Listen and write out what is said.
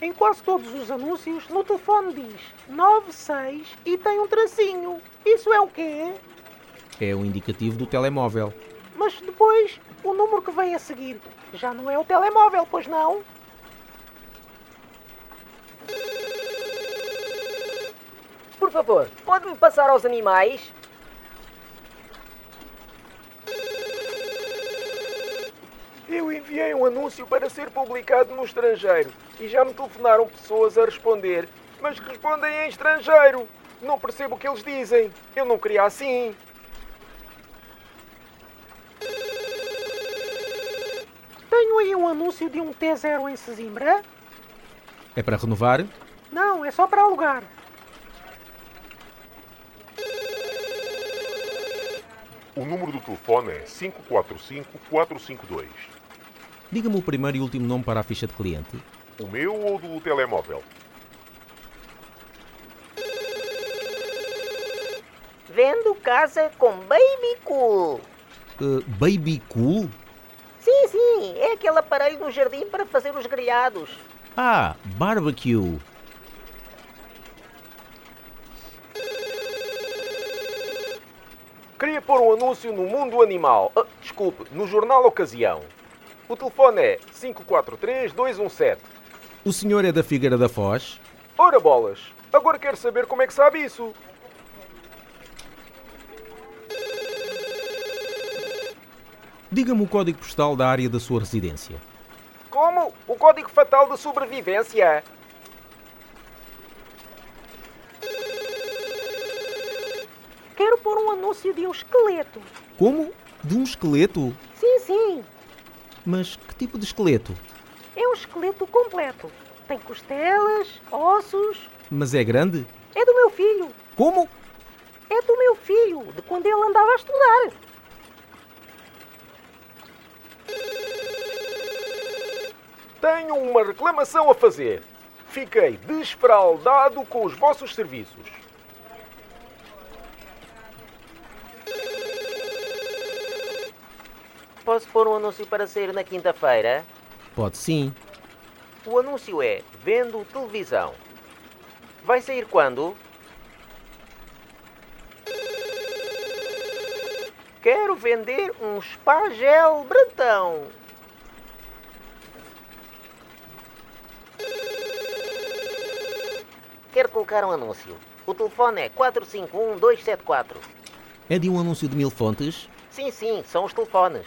Em quase todos os anúncios, no telefone diz 96 e tem um tracinho. Isso é o quê? É o indicativo do telemóvel. Mas depois, o número que vem a seguir já não é o telemóvel, pois não? Por favor, pode-me passar aos animais? Eu enviei um anúncio para ser publicado no estrangeiro e já me telefonaram pessoas a responder, mas que respondem em estrangeiro. Não percebo o que eles dizem. Eu não queria assim. Tenho aí um anúncio de um T0 em Sesimbra? É para renovar? Não, é só para alugar. O número do telefone é 545-452. Diga-me o primeiro e último nome para a ficha de cliente. O meu ou do telemóvel? Vendo casa com Baby Cool. Eh, baby Cool? Sim, sim, é aquele aparelho no jardim para fazer os grelhados. Ah, Barbecue. Queria pôr um anúncio no Mundo Animal. Ah, desculpe, no Jornal Ocasião. O telefone é 543-217. O senhor é da Figueira da Foz? Ora bolas, agora quero saber como é que sabe isso. Diga-me o código postal da área da sua residência. Como? O código fatal da sobrevivência. Quero pôr um anúncio de um esqueleto. Como? De um esqueleto? Sim, sim, Mas que tipo de esqueleto? é um esqueleto completo. Tem costelas, ossos. Mas é grande? É do meu filho. Como? É do meu filho, de quando ele andava a estudar. Tenho uma reclamação a fazer. Fiquei desfraldado com os vossos serviços. Posso pôr um anúncio para sair na quinta-feira? Pode sim. O anúncio é Vendo Televisão. Vai sair quando? Quero vender um spa gel Brantão. Quero colocar um anúncio. O telefone é 451-274. É de um anúncio de mil fontes? Sim, sim, são os telefones.